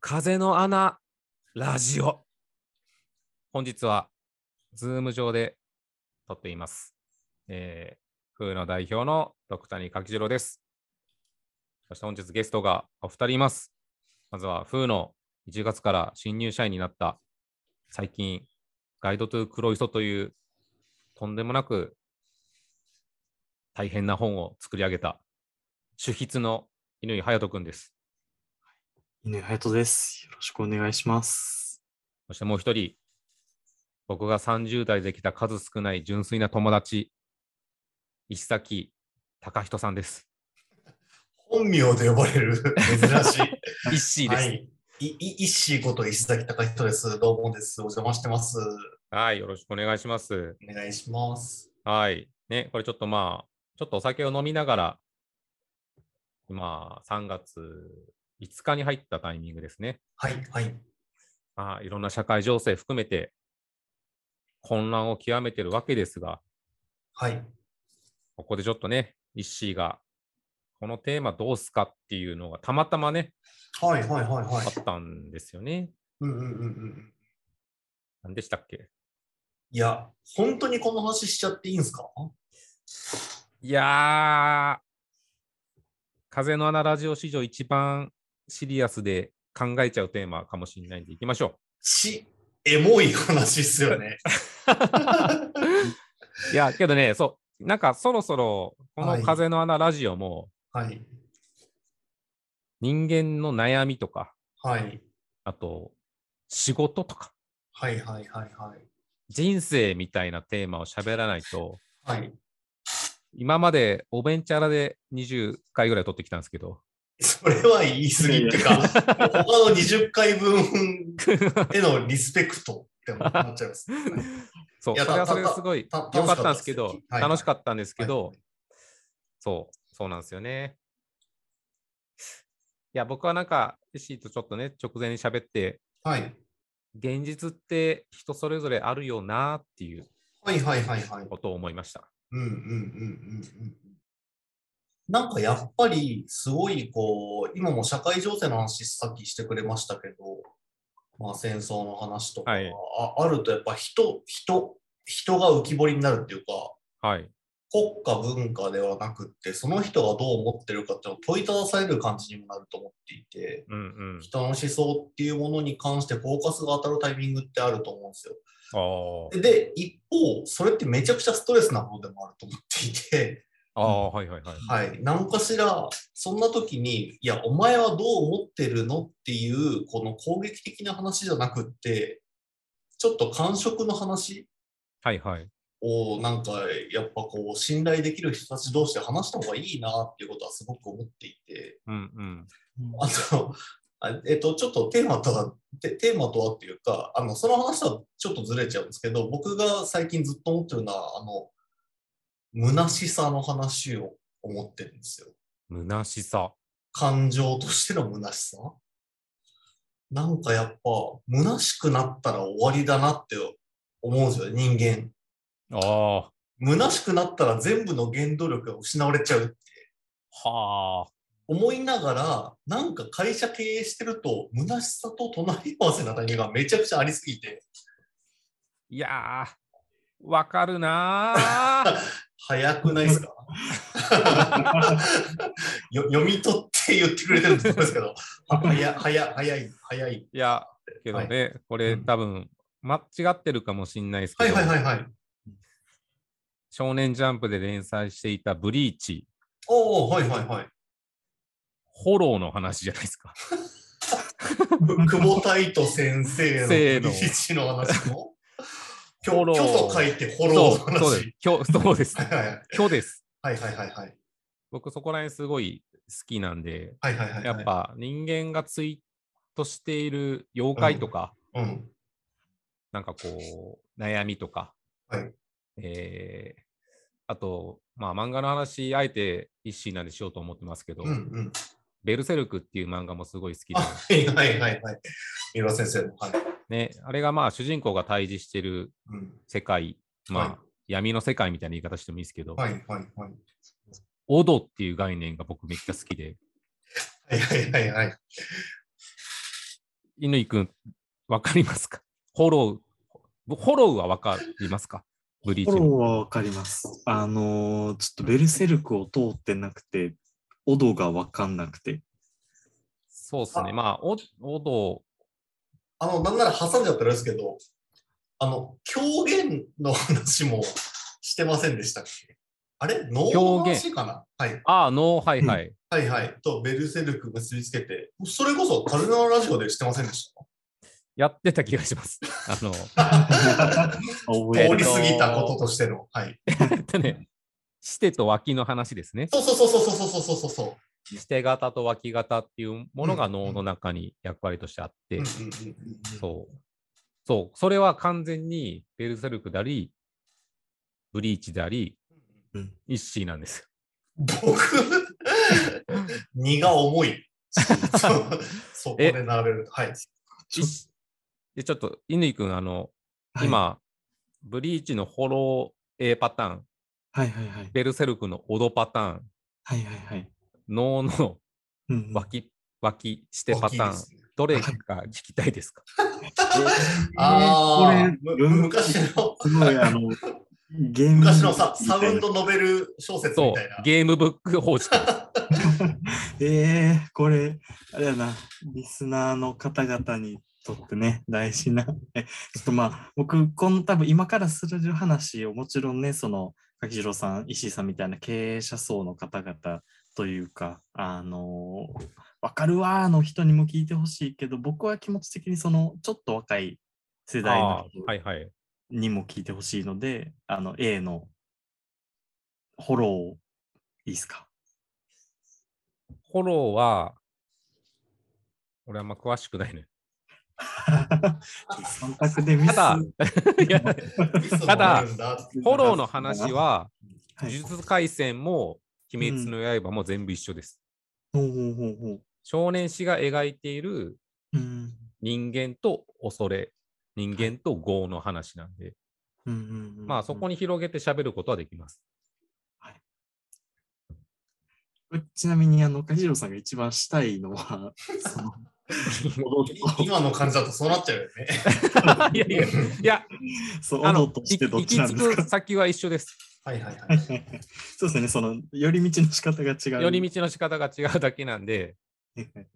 風の穴ラジオ。本日は、ズーム上で撮っています。えー、風の代表のドクタニ柿次郎です。そして本日ゲストがお二人います。まずは、風の1月から新入社員になった、最近、ガイドトゥ黒磯という、とんでもなく大変な本を作り上げた、主筆の乾隼人君です。犬隼人です。よろしくお願いします。そしてもう一人、僕が30代できた数少ない純粋な友達、石崎隆人さん です。本名で呼ばれる珍しい。一シーで はす。い。い、い、いっしーこと石崎隆人です。どうもです。お邪魔してます。おはい、よろしくお願いします。願いします。はい。ね、これちょっとまあ、ちょっとお酒を飲みながら、今、3月5日に入ったタイミングですね。はい、はい。まあ、いろんな社会情勢含めて、混乱を極めてるわけですが、はい。ここでちょっとね、イッシーが、このテーマどうすかっていうのがたまたまね、はい、はい、はい、はあいっ。たんですよね。うんうんうんうん。何でしたっけいや、本当にこの話しちゃっていいんすかいやー、風の穴ラジオ史上一番シリアスで考えちゃうテーマかもしれないんで、いきましょし、エモい話っすよ ね。う。 いや、けどね、そう、なんかそろそろ、こはのい風の穴ラジオも、はい、人間の悩みとか、はい、あと、仕事とか、はい、はい、はい、はい。人生みたいなテーマを喋らないと、はい。今までおべんちゃらで20回ぐらい撮ってきたんですけど、それは言い過ぎっていうか、他の20回分へのリスペクトって思っちゃいます。そう、いやそれはたそれですごいた良かったんですけど、楽楽ししかかったんですけど、そう、そうなんですよね。いや、僕はなんか、石井とちょっとね、直前に喋って、はい。現実って人それぞれあるよなっていうはいはいはいはい。ことを思いました。うんうんうんうんうん。なんかやっぱりすごいこう、今も社会情勢の話さっきしてくれましたけど、まあ戦争の話とか、はいああるとやっぱ人、人、人が浮き彫りになるっていうか、はい。国家文化ではなくって、その人がどう思ってるかっていうのを問いただされる感じにもなると思っていて、うんうん。人の思想っていうものに関してフォーカスが当たるタイミングってあると思うんですよ。あーで、一方、それってめちゃくちゃストレスなものでもあると思っていて、あー、はいはいはい。はい、何かしら、そんな時に、いや、お前はどう思ってるのっていう、この攻撃的な話じゃなくって、ちょっと感触の話はいはい。を、なんか、やっぱこう、信頼できる人たち同士で話した方がいいなっていうことはすごく思っていて、うんうん。あと、あえっと、ちょっとテーマとは、テテーマとはっていうか、あの、その話とはちょっとずれちゃうんですけど、僕が最近ずっと思ってるのは、あの、虚しさの話を思ってるんですよ。虚しさ。感情としての虚しさ。なんかやっぱ、虚しくなったら終わりだなって思うんですよね、人間。ああ。は虚しくなったら全部の原動力が失われちゃうあ。思いながら、なんか会社経営してると、虚しさと隣り合わせなタイミングがめちゃくちゃありすぎて、いやー、わかるなー。 早くないですか よ読み取って言ってくれてるんですけど、あ早早早い、早い。いや、けどね、これうん多分、間違ってるかもしれないですけはいど、はいはいはい。少年ジャンプで連載していたブリーチ、おおはいはいはい。ホローの話じゃないですか。 く久保太斗先生のせーのリチの話の、きフォょローきょと書いてフォローのそうそうです話。。今日、そうです は。いはい今日です。はいはいはいはい。僕そこら辺すごい好きなんで、はいはいはいはい。やっ、ぱ人間がツイートしている妖怪とか、うん。なんかこう、悩みとか、はいえーあと、まあ漫画の話、あえて一心なんでしようと思ってますけど、うんうん。ベルセルクっていう漫画もすごい好きであ、、はいはいはいはい。三浦先生の。はい。ね、あれがまあ主人公が対峙してるうん。世界、まあ、はい闇の世界みたいな言い方してもいいですけど、はいはいはい。オドっていう概念が僕めっちゃ好きで、はいはいはいはい。乾くん、わかりますかホロウ。ホロウはわかりますかブリーフォチローの。はわかります。あのーちょっとベルセルクを通ってなくて、オドがわかんなくて。そうですね。まあ、お、おど、あの、なんなら挟んじゃってるんですけど、あの、狂言の話もしてませんでしたっけあれ能の話かなはい。ああ、の、はいはい。はいはい。と、ベルセルク結びつけて、それこそカルナのラジオでしてませんでしたやってた気がします。 あの、覚通えてるり過ぎたこととしての。はい。えっとね、してと脇の話ですね。そうそうそうそうそうそうそうそう。して型と脇型っていうものが脳の中に役割としてあって、うんうんうんそう。そう、それは完全にベルセルクであり、ブリーチであり、イッシーなんですよ。僕、 荷が重 い。そうそこで並べると。はい。ちょイッシーで、ちょっと、乾くん、あの、は い今、ブリーチのホロー A パターン、はいはいはい。ベルセルクのオドパターン、はいはいはい。脳のうんうん脇、脇してパター大きいでン、すねどれか聞きたいですかああえー、これむ昔の、すごい、あの、 ゲーム。昔のさ、サウンドノベル小説そみうたいな、。ゲームブック方式。えー、これ、あれだな、リスナーの方々にとってね、大事な。え、ちょっとまあ、僕、この多分今からする話をもちろんね、その、柿次郎さん、石井さんみたいな経営者層の方々というか、あのーわかるわーの人にも聞いてほしいけど、僕は気持ち的にその、ちょっと若い世代あのーはいはい。にも聞いてほしいので、あの、A の、フォローを、いいですかフォローは、俺あんま詳しくないね。 三択でミス。ただ、いやミスもただあるんだフォローの話は、はい、呪術廻戦も鬼滅の刃も全部一緒です。ほうほうほうほう。少年誌が描いているうん。人間と恐れ、人間と業の話なんで、うんうんうん、まあそこに。に広げて喋ることはできます。ちなみに、あの、梶郎さんが一番したいの は、その、踊りと今の感じだとそうなっちゃうよね。 いやいや、い や、そう、あの踊り、といしてどっ行きちなん着ですかく先は一緒 です。はいはいははいい。はいはい そうですね、その、寄り道の仕方が違う。寄り道の仕方が違うだけなんで、はいはい。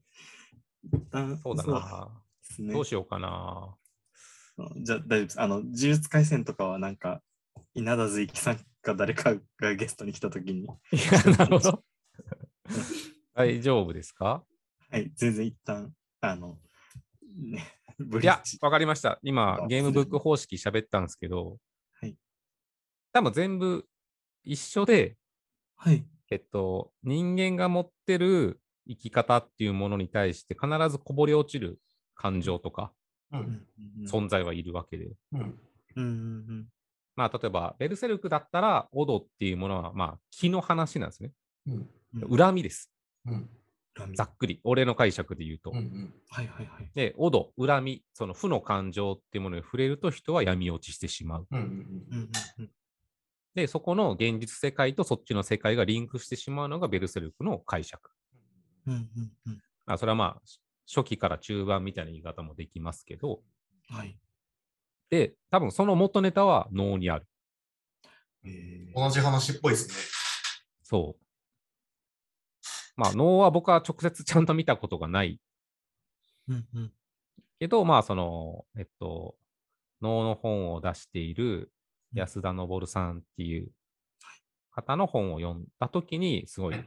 あそうだな。ですねどうしようかな。じゃあ大丈夫です。あの、呪術廻戦とかはなんか、稲田随一さんか誰かがゲストに来たときに、いや、なるほ ど。大丈夫ですかはい、全然一旦、あの、ね、ブい リッやジ、。わかりました。今あ、ゲームブック方式喋ったんですけど、はい多分全部一緒で、はい。えっと、人間が持ってる生き方っていうものに対して必ずこぼれ落ちる感情とかうんん、存在はいるわけで、うんうんうんまあ例えばベルセルクだったらオドっていうものはまあ気の話なんですね。うんうん、裏恨みです。うん恨みざっくり。俺の解釈で言うと。うんはいはいはい。で、オド、恨み、その負の感情っていうものに触れると人は闇落ちしてしまう。うんうんうんうんで、そこの現実世界とそっちの世界がリンクしてしまうのがベルセルクの解釈。うんうんうんあそれはまあ、し初期から中盤みたいな言い方もできますけど、うんはい。で、多分その元ネタは脳にある。えー同じ話っぽいですね。そう。まあ、脳は僕は直接ちゃんと見たことがないうんうんけど、まあ、その、えっと、能の本を出している安田昇さんっていう方の本を読んだときに、すごいはい、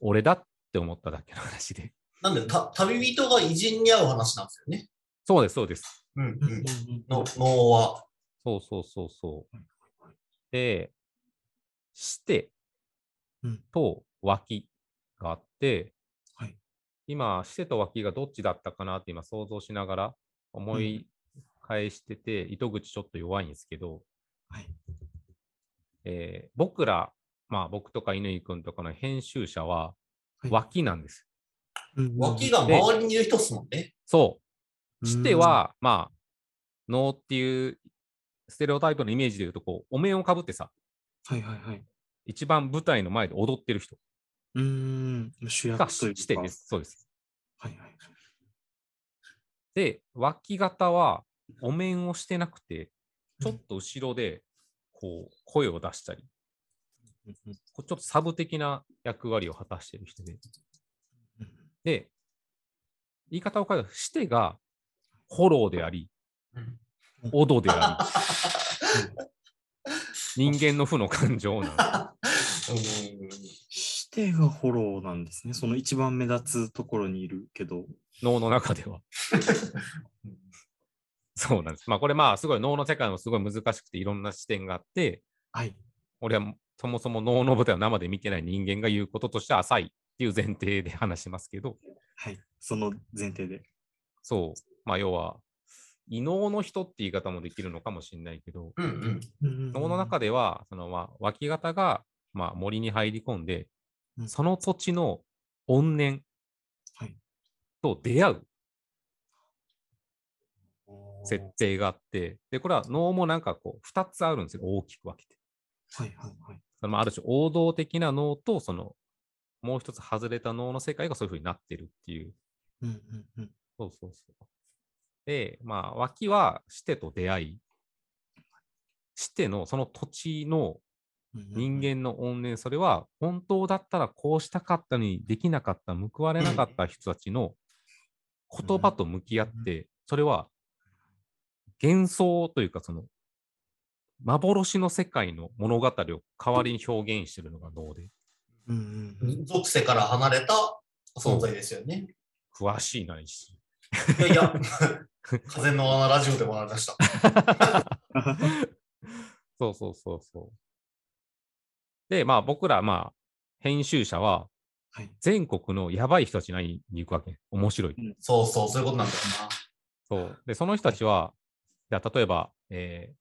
俺だって思っただけの話で。 なんで、た旅人が偉人に会う話なんですよね。そうです、そうです。うんうんうん。うんの能は。そうそうそうそうはいはいはい。で、してうんと脇があって、はい今、してと脇がどっちだったかなって今想像しながら思い返してて、糸口ちょっと弱いんですけど、はいえー僕ら、まあ僕とか乾くんとかの編集者ははい脇なんです。うんうん脇が周りにいる人っすもんね。そう。して、は、まあ、能っていうステレオタイプのイメージでいうと、こう、お面をかぶってさ、うんはいはいはい。一番舞台の前で踊ってる人うーん、主が役というか。してです。そうです。はいはい。で、脇型はお面をしてなくて、ちょっと後ろでこう声を出したり、こうちょっとサブ的な役割を果たしている人で、で、言い方を変えると、してがフォローであり、うんオドであり、人間の負の感情なの。してがフォローなんですね。その一番目立つところにいるけど。脳の中では。うんそうなんです。まあこれまあすごい脳の世界もすごい難しくていろんな視点があって、はい。俺はそもそも脳の舞台を生で見てない人間が言うこととして浅いっていう前提で話しますけど、はい。その前提で。そう、まあ要は、異能の人って言い方もできるのかもしれないけど、うんうん脳の中で。では、そのまあ脇型がまあ森に入り込んでう、んその土地の怨念はいと出会う設定があって、で、これは脳もなんかこう、2つあるんですよ、大きく分けて。はいはいはい。そのまあある種王道的な脳と、その、もう一つ外れた脳の世界がそういうふうになってるっていう。うんうんうん。そうそうそう。で、まあ、脇はしてと出会い、してのその土地の人間の怨念、それは本当だったらこうしたかったのにできなかった、報われなかった人たちの言葉と向き合って、それは幻想というか、その幻の世界の物語を代わりに表現してるのが脳で、うんうんうん。うん属性から離れた存在ですよね。詳しいないし。いやいや、 風の穴ラジオでもありました。そうそうそうそう。で、まあ僕ら、まあ、編集者ははい、全国のやばい人たちに会いに行くわけ。面白い。そうそう、そういうことなんだよな。そう。で、その人たちは、じゃあ例えば、えー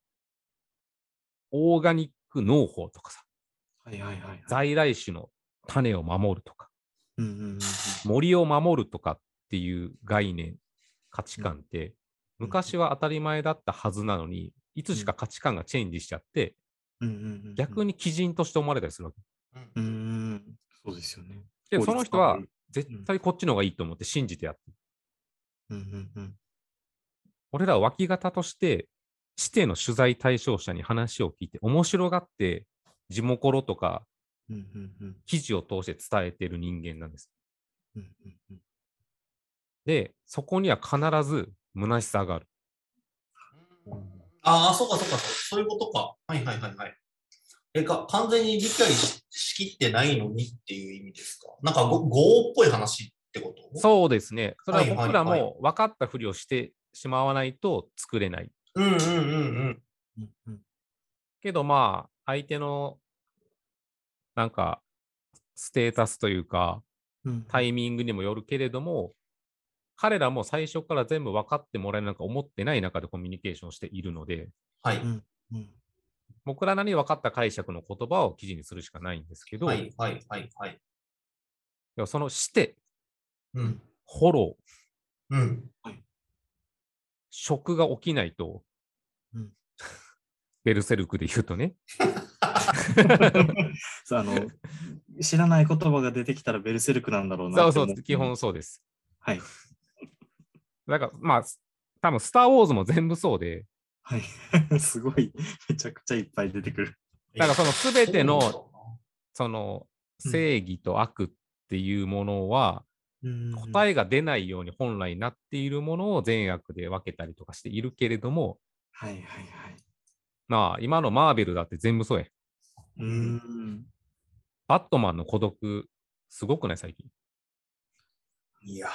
オーガニック農法とかさ、はいはいはい。在来種の種を守るとか、うんうんうんうん。森を守るとかっていう概念、価値観って、うん昔は当たり前だったはずなのに、いつしか価値観がチェンジしちゃって、うんうんうん、逆に。に鬼人として思われたりするわうんうんうん、そうですよね。け。で、その人は効率絶対こっちの方がいいと思って信じてやってる。化がいいうんうんうん。俺らは脇型として、指定の取材対象者に話を聞いて、面白がって、地元ロとかうんうんうん記事を通して伝えてる人間なんです。うんうんうん。で、そこには必ず虚しさがある。ああ、そうかそうか、そういうことか。はいはいはいはい。えか完全に理解ししきってないのにっていう意味ですかなんかご、合っぽい話ってことそうですね。それは僕らはいはいも分かったふりをしてしまわないと作れない。う。うんうんうんうんうんけどまあ、相手のなんかステータスというか、うんタイミングにもよるけれども、彼らも最初から全部分かってもらえるなんか思ってない中でコミュニケーションをしているので、はい。うん僕らなりに分かった解釈の言葉を記事にするしかないんですけど、はいいはいはいはい。やそのして、うん。フォロー、うん。食が起きないと、うんベルセルクで言うとね、そうあの知らない言葉が出てきたらベルセルクなんだろうなそうってそ思う、基本。そうです。 はい。だからまあ、多分スター・ウォーズも全部そうで、はい。 すごい、めちゃくちゃいっぱい出てくる。だからその全てそうなんだの、ろその、うん正義と悪っていうものは、答え。えが出ないように本来なっているものを善悪で分けたりとかしているけれども、はいはいはい。まあ、今のマーベルだって全部そうや。うーん。バットマンの孤独、すごくない最近。うないや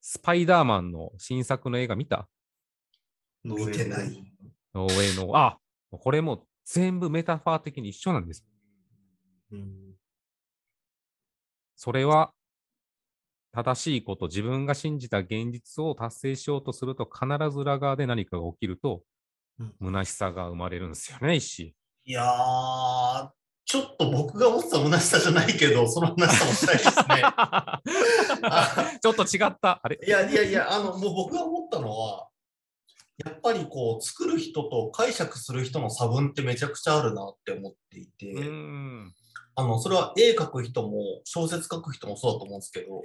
スパイダーマンの新作の映画見たノーウェイ見てないノーウェイの、あ、これも全部メタファー的に一緒なんです。うんそれは、正しいこと、自分が信じた現実を達成しようとすると、必ず裏側で何かが起きるとうん、虚しさが生まれるんですよね、石。いやー、ちょっと僕が思ってた虚しさじゃないけど、その虚しさもしたいです ねあ。ちょっと違った。あれいやいやいや、あの、もう僕が思ったのは、やっぱりこう、作る人と解釈する人の差分ってめちゃくちゃあるなって思っていて、うーん。あの、それは絵描く人も小説書く人もそうだと思うんですけど、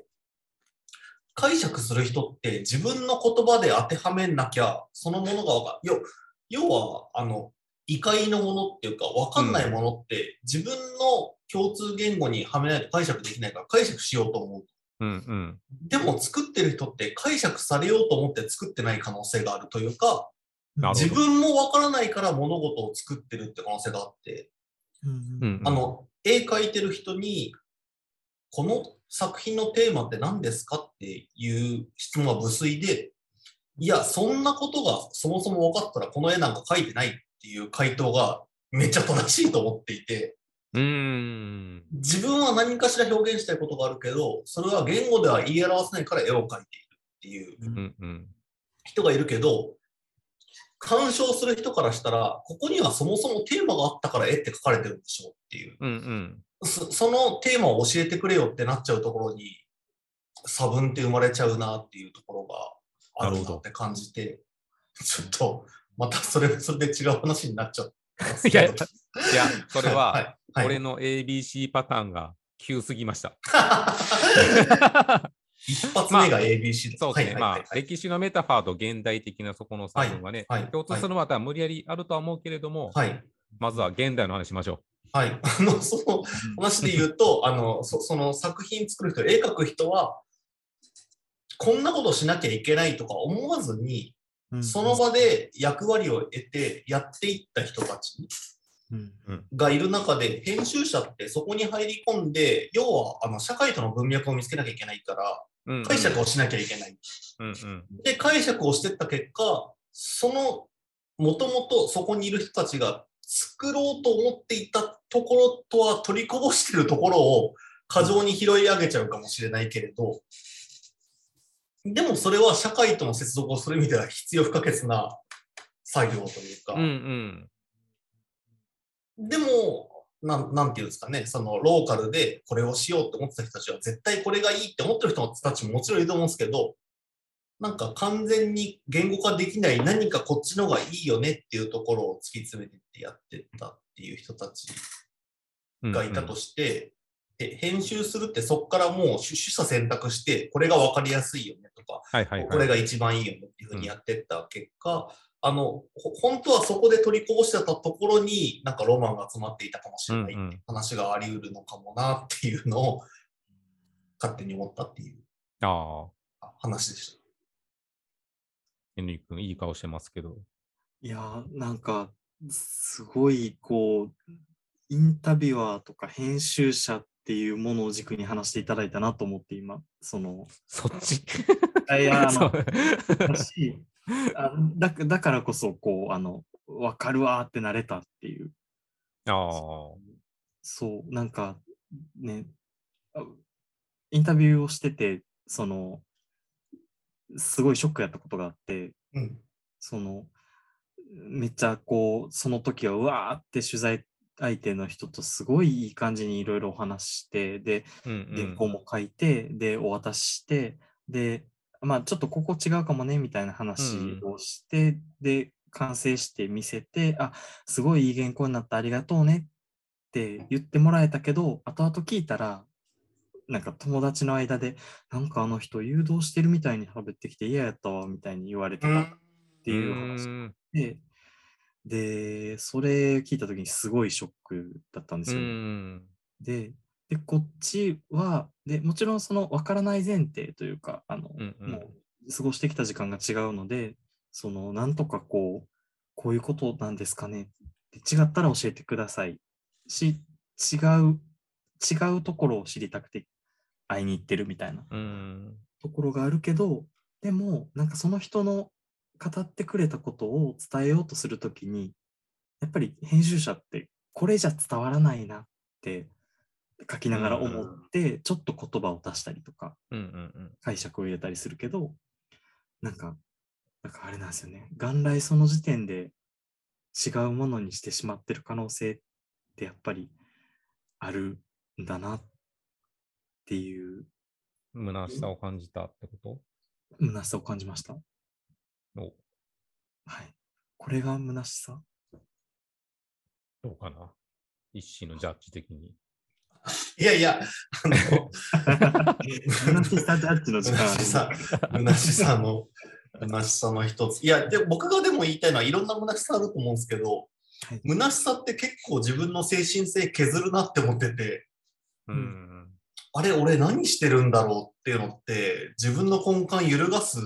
解釈する人って自分の言葉で当てはめなきゃそのものがわかんよ要はあの異界のものっていうかわかんないものって自分の共通言語にはめないと解釈できないから解釈しようと思う。うんうん。でも作ってる人って解釈されようと思って作ってない可能性があるというかなるほど自分もわからないから物事を作ってるって可能性があってうんううんんうん、あの、絵描いてる人に、この作品のテーマって何ですかっていう質問は無粋で、いや、そんなことがそもそも分かったらこの絵なんか描いてないっていう回答がめっちゃ正しいと思っていて、うーん。自分は何かしら表現したいことがあるけど、それは言語では言い表せないから絵を描いているっていううんうん。人がいるけど、鑑賞する人からしたら、ここにはそもそもテーマがあったから絵って描かれてるんでしょっていう。うんうん。そそのテーマを教えてくれよってなっちゃうところに差分って生まれちゃうなっていうところがあるなるほなどって感じて、ちょっとまたそれはそれで違う話になっちゃったんですいや、けいど。や、それは、いはい俺の ABC パターンが急すぎました。 一発目が ABC だそうですね。はいはいはいまあ、歴史のメタファーと現代的なそこの差分はね、はいはい共通するのはまた無理やりあるとは思うけれども、はい。はいまずは現代の話しましょはい。あの、その話で言うと、あの、そその作品作る人、絵描く人は、こんなことしなきゃいけないとか思わずに、うんその場で役割を得てやっていった人たちうんがいる中で編集者ってそこに入り込んで要はあの社会との文脈を見つけなきゃいけないからう。うんうん解釈をしなきゃいけない。うんうんで解釈をしていった結果そのもともとそこにいる人たちが作ろうと思っていたところとは取りこぼしてるところを過剰に拾い上げちゃうかもしれないけれどでもそれは社会との接続をする意味では必要不可欠な作業というか。うんうん。でも、なんなんていうんですかね、そのローカルでこれをしようって思ってた人たちは、絶対これがいいって思ってる人たちももちろんいると思うんですけど、なんか完全に言語化できない何かこっちの方がいいよねっていうところを突き詰めてってやってったっていう人たちうんうんがいたとして、で編集するってそこからもう取取捨選択して、これが分かりやすいよねとか、はいはいこはれい。が一番いいよねっていうふうにやってった結果、あのほ本当はそこで取りこぼしてたところになんかロマンが詰まっていたかもしうれんなういん、話があり得るのかもなっていうのを勝手に思ったっていうああ、話でした。 N 君、いい顔してますけど。いやーなんかすごいこうインタビュアーとか編集者っていうものを軸に話していただいたなと思って今 そのそっち。いや あそのうだしあだだからこそこうあの分かるわーってなれたっていうあそう、なんかね、あインタビューをしてて、その、すごいショックやったことがあって、うんその、めっちゃこう、その時はうわーって取材相手の人とすごいいい感じにいろいろお話しして、で、あ、うんう原ん稿も書いて、で、お渡しして、で、まあちょっとここ違うかもね、みたいな話をして、で、完成して見せて、あ、すごいいい原稿になった、ありがとうねって言ってもらえたけど、後々聞いたら、なんか友達の間で、なんかあの人誘導してるみたいに喋ってきて嫌やったわ、みたいに言われてうたっんていう話ーんで、で、それ聞いた時にすごいショックだったんでうすよね。んで、で、こっちは、で、もちろんその分からない前提というか、あの、うんうんもう過ごしてきた時間が違うので、その、なんとかこう、こういうことなんですかね。で違ったら教えてください。し、違う、違うところを知りたくて会いに行ってるみたいなうんところがあるけど、でも、なんかその人の語ってくれたことを伝えようとするときに、やっぱり編集者ってこれじゃ伝わらないなって書きながら思って、ちょっと言葉を出したりとか、うんうん解釈を入れたりするけど、なんか、なんかあれなんですよね。元来その時点で違うものにしてしまってる可能性ってやっぱりあるんだなっていううん虚しさを感じたってこ虚しさを感じました。とおはい。これが虚しさどうかな一種のジャッジ的に。いやいや、あの、 ナシサジャッジの時虚間しさ、 虚しさの、虚しさの一つ。いや、で僕がでも言いたいのは、いろんな虚しさあると思うんですけどはい、虚しさって結構自分の精神性削るなって思ってて、うん。あれ、俺何してるんだろうっていうのって、自分の根幹揺るがす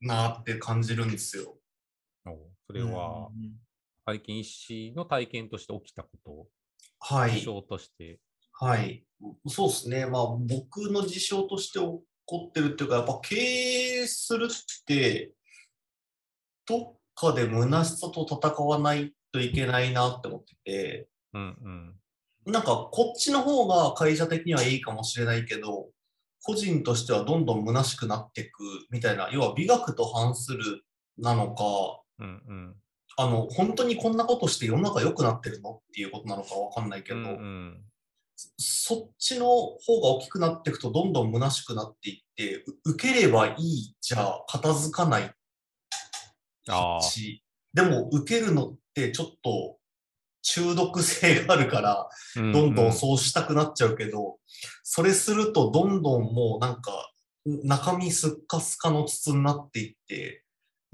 なって感じるんですよ。おそれは、最近医師の体験として起きたことをは事い。象として。はい。そうですね。まあ、僕の事象として起こってるっていうか、やっぱ経営するって、どっかで虚しさと戦わないといけないなって思ってうんうん。て、なんかこっちの方が会社的にはいいかもしれないけど、個人としてはどんどん虚しくなっていくみたいな、要は美学と反するなのか、うんうん。あの、本当にこんなことして世の中良くなってるのっていうことなのかわかんないけうど、んうん。そっちの方が大きくなっていくとどんどん虚しくなっていって、う受ければいいじゃ片付かないああ。し、でも受けるのってちょっと中毒性があるから、どどんどんそうしたくなっちゃうけど、それするとどんどんもうなんか中身すっかすかの筒になっていって、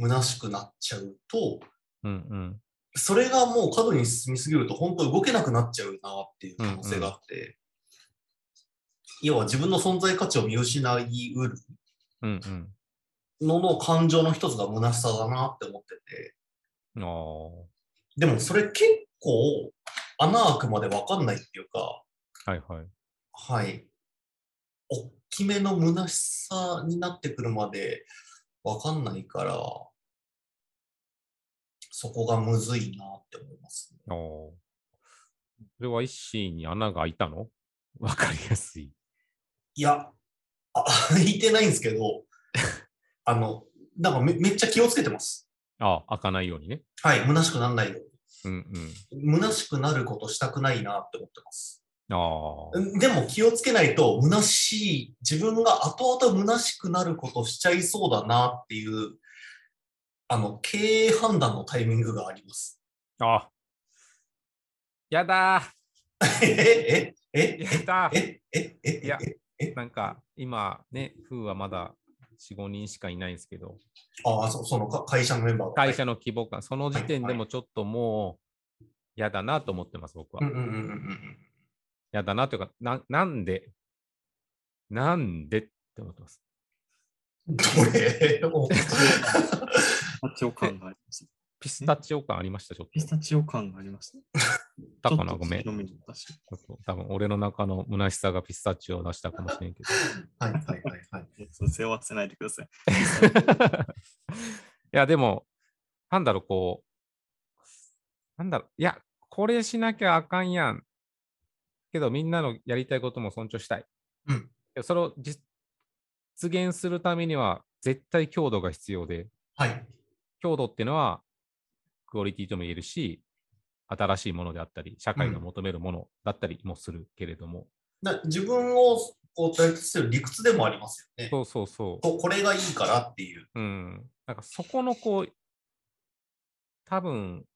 虚しくなっちゃうと、うんうん。それがもう過度に進みすぎると本当動けなくなっちゃうなっていう可能性があって、要は自分の存在価値を見失いうるうんうん。のの感情の一つが虚しさだなって思ってて、ああ。でもそれ結構穴開くまでわかんないっていうか、はいはい。はい。大きめの虚しさになってくるまでわかんないから、そこがむずいなって思いますね。ああ。それは一心に穴が開いたの わかりやすい。いや、あ 言ってないんですけど、あの、なんかめめっちゃ気をつけてます。ああ、開かないようにね。はい、虚しくならないようんうん。うに。虚しくなることしたくないなって思ってます。ああ。んでも気をつけないと、虚しい、自分が後々虚しくなることしちゃいそうだなっていう、あの、経営判断のタイミングがあります。ああ。やだえ、え、え、ーえ、やだーえ、え、え、いやえ、なんか今ね、風はまだ4、5人しかいないんですけど、ああ、そそのか会社のメンバーが。会社の規模感、その時点はでいはもちょっともう嫌だなと思ってます、僕はうん。うんうんうんうん。嫌だなというか、ななんでなんでって思ってます。どれをピスタチオ感がありました。ピスタチオ感ありました、ちょっピスタチオ感がありました。と。だかな、ちょっとごめん。ち強めに私ょっと多分俺の中の虚しさがピスタチオを出したかもしれん けど。 はいはいはいはい。そう背負わせないでください。いや、でも、なんだろう、こう、なんだろう、いや、これしなきゃあかんやん。けど、みんなのやりたいことも尊重したい。うんでそれを実実現するためには、絶対強度が必要で、はい。強度っていうのは、クオリティとも言えるし、新しいものであったり、社会が求めるものだったりもするけれども、な自分をこう大切する理屈でもありますよね。そうそうそう。ここれがいいからっていう。うん。なんかそこのこう、多分、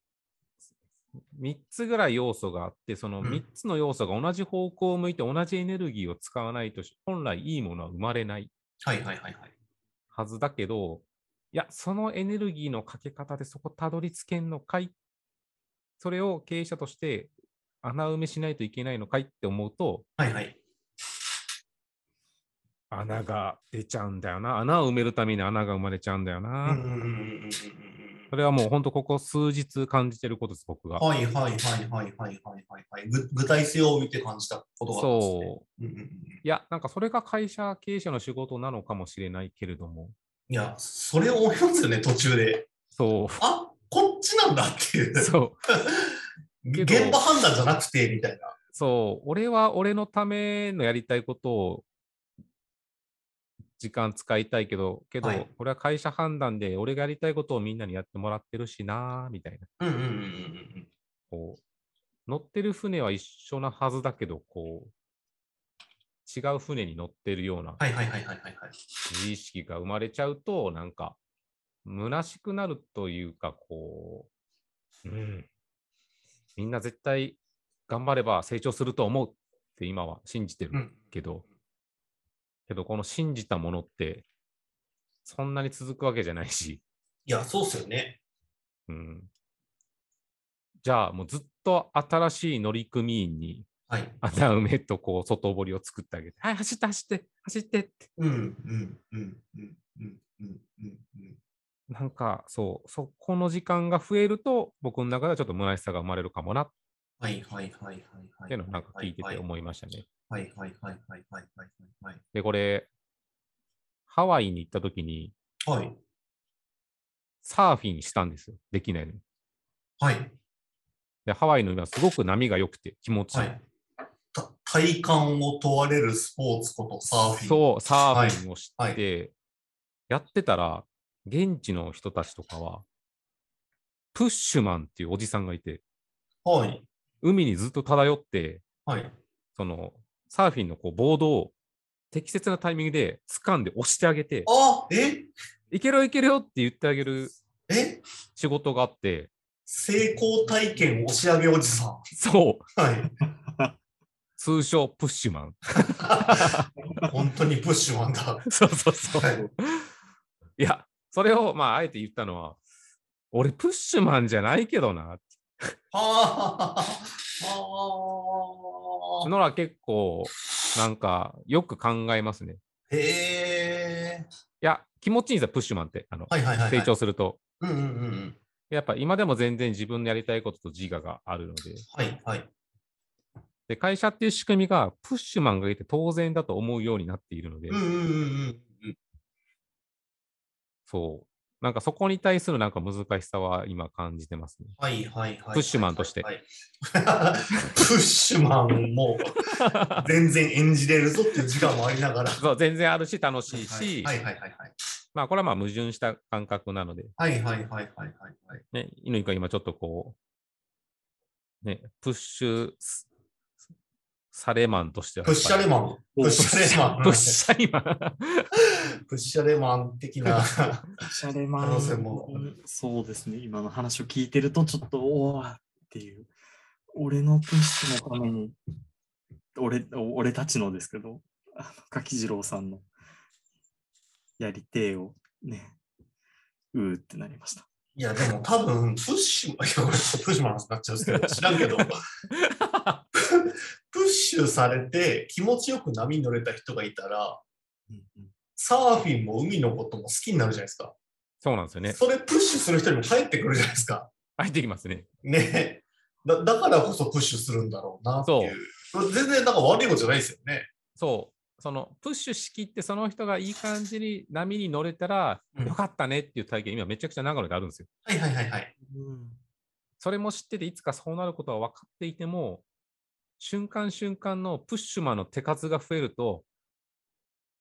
3つぐらい要素があって、そのうん3つの要素が同じ方向を向いて同じエネルギーを使わないとし、本来いいものは生まれないはいはいはいはい。はずだけど、いや、そのエネルギーのかけ方でそこたどり着けんのかいそれを経営者として穴埋めしないといけないのかいって思うと、はいはい。穴が出ちゃうんだよな。穴を埋めるために穴が生まれちゃうんだような。んうんうんうんうんうんうんそれはもう本当ここ数日感じてることです、僕が。はいはいはいはいはいはいはいはい。ぐ具体性を帯びて感じたことがありますね。そう。うんうんうん。いや、なんかそれが会社経営者の仕事なのかもしれないけれども、いや、それ思いますよね、途中で。そ あこっちなんだっていうう、。そう、 けど現場判断じゃなくて、みたいな。そう、俺は俺のためのやりたいことを時間使いたいけど、けど、はいこれは会社判断で俺がやりたいことをみんなにやってもらってるしなーみたいな、うんうんうんうんうんこう、乗ってる船は一緒なはずだけど、こう、違う船に乗ってるようなはいはいはいはいはいはい。自意識が生まれちゃうと、なんか、虚しくなるというか、こう、うん、みんな絶対頑張れば成長すると思うっって今は信じてるうん。けど、けどこの信じたものって、そんなに続くわけじゃないし、いや、そうっすよね。うん。じゃあ、もうずっと新しい乗組員にはい。穴埋めとこう外堀を作ってあげて、はい、走って走って、走ってって。うん、うん、うん、うん、うん、うん、うんうん。なんかそう、そこの時間が増えると、僕の中ではちょっと虚しさが生まれるかもなっはい、はい、はい、はい、はい。ていうのをなんか聞いてて思いましたね。はい、はい、はい、はい、はい、はい、はい。で、これ、ハワイに行った時にはい、サーフィンしたんですよ。できないのに。はい、で、ハワイの海はすごく波が良くて気持ちいい。はい。た体感を問われるスポーツことサーフィン。そう、サーフィンをして、はいやってたら、現地の人たちとかは、プッシュマンっていうおじさんがいて、はい、海にずっと漂って、はい。そのサーフィンのこうボードを適切なタイミングで掴んで押してあげて、あ、え、いけるよいけるよって言ってあげるえ、仕事があって、成功体験押し上げおじさん。そう、はい。通称プッシュマン。 本当にプッシュマンだ。そうそうそう。はいいや、それをまあ、あえて言ったのは、俺プッシュマンじゃないけどな。ああ、のら結構、なんか、よく考えますね。へえ。いや、気持ちいいんですよ、プッシュマンって。あのはいはいはい、はい。成長。すると。うんうんうんうん。やっぱ今でも全然自分のやりたいことと自我があるので。はいはい。で、会社っていう仕組みが、プッシュマンがいて当然だと思うようになっているので、うんうんうんうんうん。そう。なんかそこに対するなんか難しさは今感じてますね。はいはいはい。プッシュマンとしてはい プッシュマンも全然演じれるぞっていう時間もありながら。そう、全然あるし楽しいし、はいはいはいはい。まあこれはまあ矛盾した感覚なので、はいはいはいはいはいはい。ね、犬が今ちょっとこう、ね、プッシュスされマンとしてはプやッっぱり。シャレマン。プッシャレマン。プッシャリマン。プッシャレマン的な。シャレマン可能性もそうですね、今の話を聞いてると、ちょっと、おわっていう、俺のプッシュのために、俺俺たちのですけど、あの柿次郎さんのやりてえをね、うーってなりました。いや、でも多分、プッシュ、い や、これプッシュマンになっちゃうんです けど、知らんけど、プッシュされて気持ちよく波に乗れた人がいたら、うんうんサーフィンも海のことも好きになるじゃないですか。 そうなんですよね。それプッシュする人にも入ってくるじゃないですか。入ってきますね。ねだだからこそプッシュするんだろうなっていう。全然なんか悪いことじゃないですよね。そう。そのプッシュしきって、その人がいい感じに波に乗れたら、うんよかったねっていう体験、今めちゃくちゃ長野であるんですよ。はいはいはいはい。うんそれも知ってて、いつかそうなることは分かっていても、瞬間瞬間のプッシュマンの手数が増えると、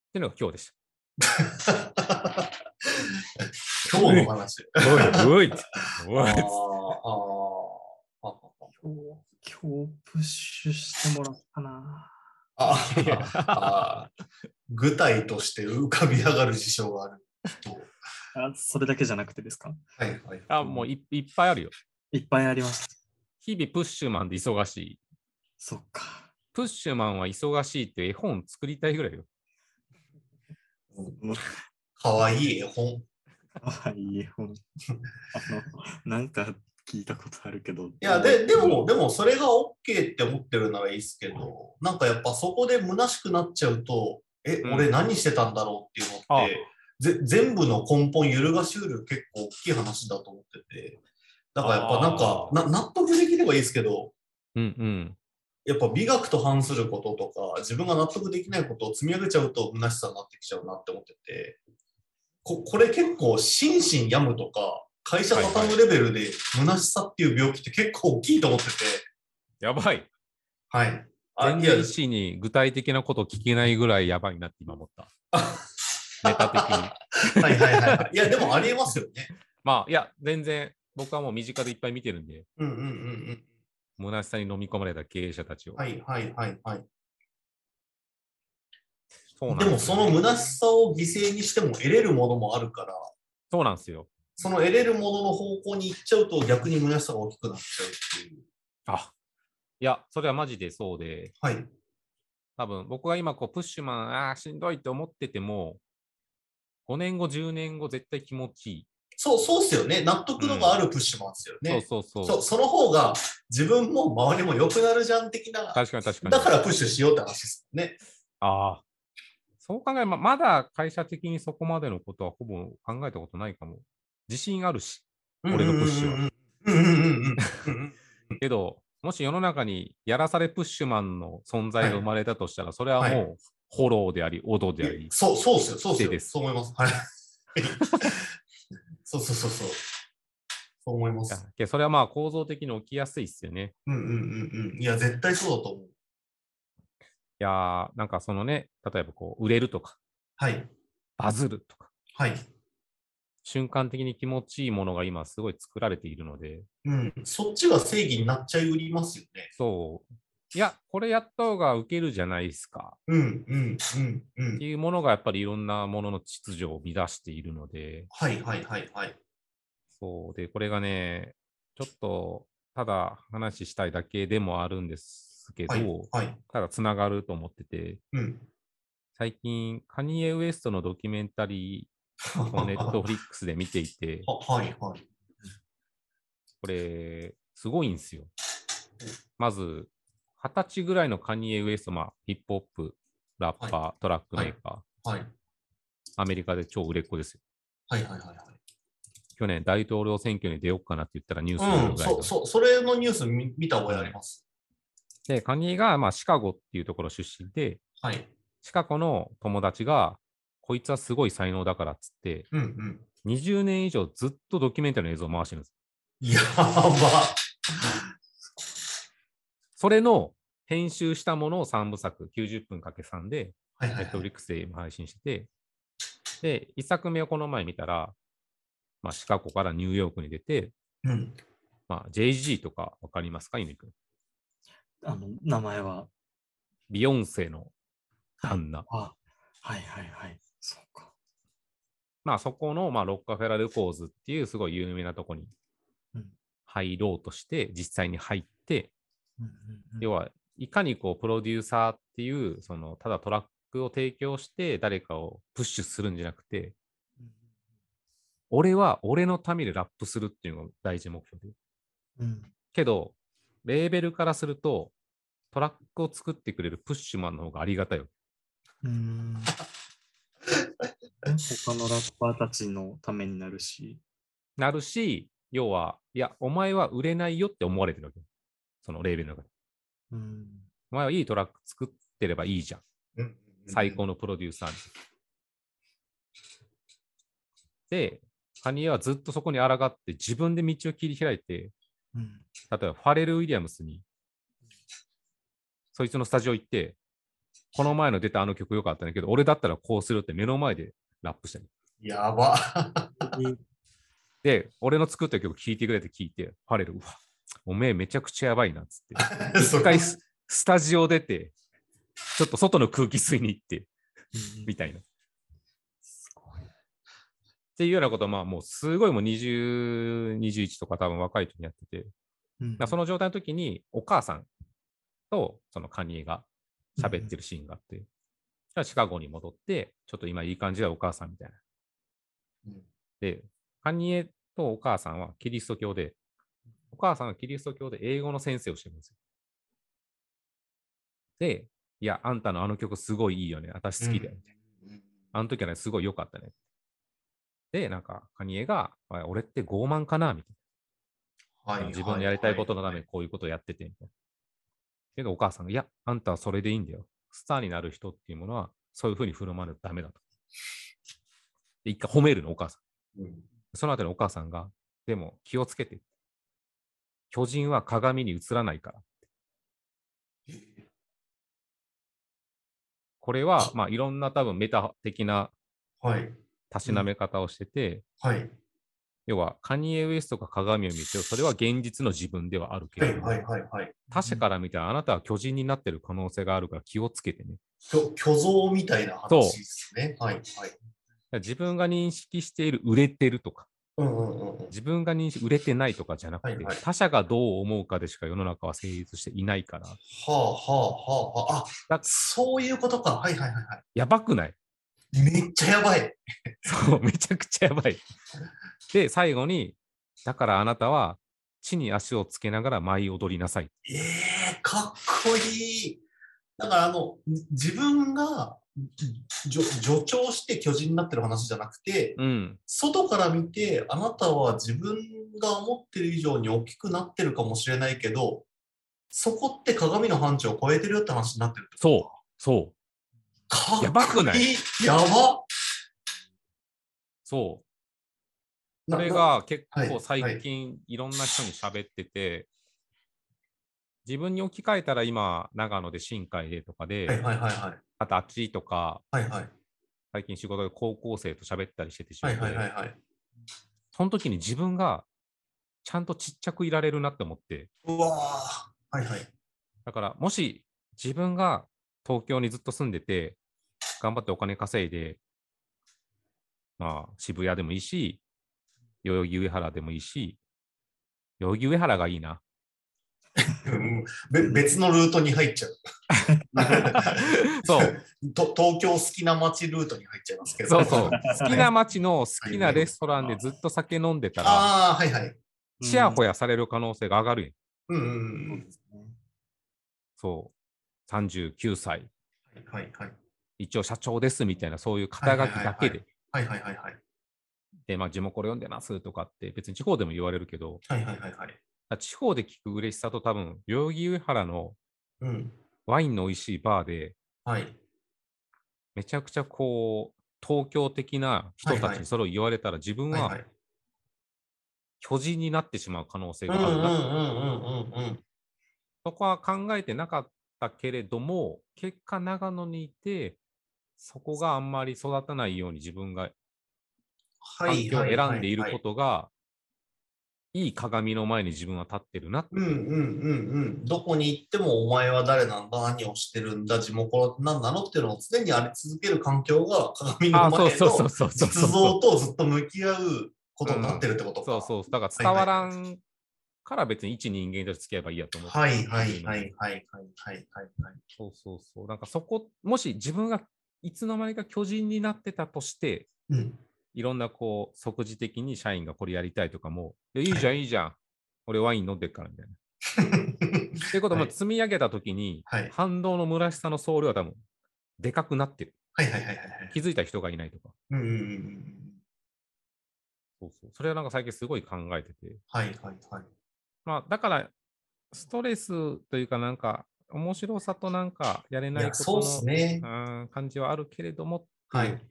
っていうのが今日でし今日の話。た。おい、 おい、あおーいあー。あ今日、今日プッシュしてもらったな。あーあー具体として浮かび上がる事象がある。あそれだけじゃなくてですかはいはい。あ、もういいっぱいあるよ。いっぱいありました。日々プッシュマンで忙しい。そっか。プッシュマンは忙しいっていう絵本作りたいぐらいよ。かわいい絵本。あいい本。 あの、なんか聞いたことあるけど。いいや、で、でも、でも、それが OK って思ってるならいいですけど、なんかやっぱそこで虚しくなっちゃうと、え、うん俺何してたんだろうっていうのあって、ぜ全部の根本揺るがしうる結構大きい話だと思ってて、だからやっぱなんかあ、ーな納得できればいいですけど、うんうん。やっぱ美学と反することとか、自分が納得できないことを積み上げちゃうと虚しさになってきちゃうなって思ってて、ここれ結構心身病むとか、会社畳むレベルで虚しさっていう病気って結構大きいと思ってて、やばい。はい。あ全いや然医師に具体的なことを聞けないぐらいやばいなって今思 った。ネタ的に。はいはいはい はい。いや、でもありえますよね。まあ、いや、全然僕はもう身近でいっぱい見てるんで、うんうんうんうん。虚しさに飲み込まれた経営者たちを。はいはいはいはい。そうなでんでもすよその虚しさを犠牲にしても得れるものもあるから、そうなんですよ。その得れるものの方向に行っちゃうと逆に虚しさが大きくなっちゃうっていう。あいや、それはマジでそうで、はい。多分僕が今こうプッシュマン、ああ、しんどいって思ってても、5年後、10年後、絶対気持ちいい。そう、そうっすよね。納得度があるプッシュマンですよね。そうそうそ。そううその方が自分も周りも良くなるじゃん的な。確かに確かに。だからプッシュしようって話ですもんね。ああ。そう考えれば、まだ会社的にそこまでのことはほぼ考えたことないかも。自信あるし。俺のプッシュは。うんうんうんうん。けど、もし世の中にやらされプッシュマンの存在が生まれたとしたら、それははもう、フォローであり、オドであり、そう、そうっすよ、そうっす否定でよ。すそう思います。はい。 そうそうそうそう。そう思いまいす。やけどそれはまあ構造的に起きやすいっすよね。うんうんうんうん。いや、絶対そうだと思う。いやー、なんかそのね、例えばこう、売れるとか、はい。バズるとか、はい。瞬間的に気持ちいいものが今すごい作られているので、うん。そっちが正義になっちゃいりますよね。そう、いや、これやった方がウケるじゃないですかうんうんうんうってん。いうものがやっぱりいろんなものの秩序を乱しているので、はいはいはいはい。そうで、これがね、ちょっとただ話したいだけでもあるんですけど、はい。はい。ただつながると思ってて、うん。、最近、カニエ・ウエストのドキュメンタリーをネットフリックスで見ていては はいはい。これ、すごいんですよ。まず、二十歳ぐらいのカニエ・ウエスト、まあ、ヒップホップ、ラッパー、トラックメーカー、はい。アメリカで超売れっ子ですよ。はいはいはい去年、大統領選挙に出ようかなって言ったらニュースには。ないうるん、ぐらいそのう、そう、それのニュース見見た覚えあります。で、カニエが、まあ、シカゴっていうところ出身で、はい。シカゴの友達が、こいつはすごい才能だからっつって、うんうん。 20年以上ずっとドキュメンタリーの映像を回してるんです。やば。それの編集したものを3部作、90分かけ3で、はいはネいットフはリい。ックスで今配信してて、で、1作目をこの前見たら、まあ、シカゴからニューヨークに出て、うん。まあ、JG とかわかりますか、ゆみくん。あの、名前は。ビヨンセの旦那。あ、はいはいはい。そうか。まあ、そこの、まあ、ロッカフェラルコーズっていうすごい有名なとこにうん入ろうとして、実際に入って、うんうんうん要はいかにこう、プロデューサーっていう、その、ただトラックを提供して、誰かをプッシュするんじゃなくて、俺は俺のためにラップするっていうのが第一目標で。うんけど、レーベルからすると、トラックを作ってくれるプッシュマンの方がありがたいよ。うんうん ね他のラッパーたちのためになるし。なるし、要は、いや、お前は売れないよって思われてるわけよ。そのレーベルの中で。うんお前はいいトラック作ってればいいじゃん。うん最。高のプロデューサーに。で、カニエはずっとそこに抗って自分で道を切り開いて、うん例えばファレル・ウィリアムスに、そいつのスタジオ行って、この前の出たあの曲良かったんだけど、俺だったらこうするって目の前でラップしたり。やば。で、俺の作った曲聴いてくれって聞いて、ファレル、うわ、おめえめちゃくちゃやばいなっつ って。そ 一こ回ススタジオ出て、ちょっと外の空気吸いに行って、みたいな。っていうようなことは、まあもうすごいもう20、21とか多分若い時にやってて、うんだからその状態の時にお母さんとそのカニエが喋ってるシーンがあって、だからシカゴに戻って、ちょっと今いい感じだよお母さんみたいな。うんで、カニエとお母さんはキリスト教で、お母さんはキリスト教で英語の先生をしてるんですよ。で、いや、あんたのあの曲すごいいいよね。私好きだよ。。うんあの時はね、すごい良かったね。で、なんか、カニエが、あ俺って傲慢かなみたいはいな。自分のやりたいことのためはにこういうことをやってて、みたいな。けど、お母さんが、いや、あんたはそれでいいんだよ。スターになる人っていうものは、そういうふうに振る舞わないとダメだと。で、一回褒めるの、お母さん。いはいうんその後にお母さんが、でも気をつけて。巨人は鏡に映らないから。これ は、まあ、いろんな多分メタ的なはい。たしなめ方をしてて、はい。要はカニエ・ウエストが鏡を見て、それは現実の自分ではあるけはれい。ども、はい。はい。はい。他者から見たらあなたは巨人になってる可能性があるから気をつけてね。きょ虚像みたいな話ですね。はい。はい。自分が認識している売れてるとか、うんうんうんうん。自分が認識、売れてないとかじゃなくて、はいはい他者がどう思うかでしか世の中は成立していないから、はあはあはあはあ。あだ、そういうことか。はいはいはいはやばくない い。めっちゃやばい。そう、めちゃくちゃやばい。で、最後に、だからあなたは地に足をつけながら舞い踊りなさい。ええかっこいい。だからあの、自分が助助長して巨人になってる話じゃなくて、うん。外から見て、あなたは自分が思ってる以上に大きくなってるかもしれないけど、そこって鏡の範疇を超えてるよって話になってる。そう、そう、かっこいい。やばくないやばそう。なそれが結はい構はい最近いろんな人に喋ってて、自分に置き換えたら今、長野で新海でとかなはいで、はいはいはい。あとあっちとか、はいはい最近仕事で高校生と喋ったりしてて仕はい事はいはで、いはい。その時に自分がちゃんとちっちゃくいられるなって思って、うわあはいはい。だからもし自分が東京にずっと住んでて、頑張ってお金稼いで、まあ渋谷でもいいし、代々木上原でもいいし、代々木上原がいい な。うんべ別のルートに入っちゃ う。そう。 と東京好きな街ルートに入っちゃいますけど。そうそう。好きな街街。の好きなレストランでずっと酒飲んでたら、 ああ、はいはい。ちやほや。やされる可能性が上がるよ。うんうんそううんですねそう。39歳。はいはい。一応社長ですみたいな、そういう肩書きだけで。はいはいはいはい。で、まあ、地元これ読んでますとかって、別に地方でも言われるけど、はいはいはいはい。地方で聞く嬉しさと多分、代々木上原のうん。ワインの美味しいバーで、はい。めちゃくちゃこう、東京的な人たはいちはにいそれを言われたら、自分はいは。はい巨人になってしまう可能性うがんうんあるな。うんうんうんそこは考えてなかったけれども、結果長野にいて、そこがあんまり育たないように自分がうん。は環い境をはいはい選んでいることが、いい鏡の前に自分は立ってるなってうんうんうんうん。どこに行ってもお前は誰なんだ、何をしてるんだ、地元は何なのっていうのを常にあり続ける環境が鏡あのあ、そう前そうそうのそうそうそう実像とずっと向き合うことになってるってことか。そうそう。だから伝わらんから別に一人間として付き合えばいいやと思って。はいはいはいはいはいはいはいはい。そうそうそう。なんかそこ、もし自分がいつの間にか巨人になってたとして、うん。いろんなこう、即時的に社員がこれやりたいとかも、いやいいじゃん、いいじゃん。俺ワイン飲んでるからみたい な。っていうこともはい積み上げたときに、はい反動の虚しさの総量は多分、でかくなってる。はいはいはいはいはい。気づいた人がいないとか。うんうんうんうん。そうそう。それはなんか最近すごい考えてて。はいはいはい。まあ、だから、ストレスというかなんか、面白さとなんかやれいないや、こそとうのっすねう。ん感じはあるけれども、はい。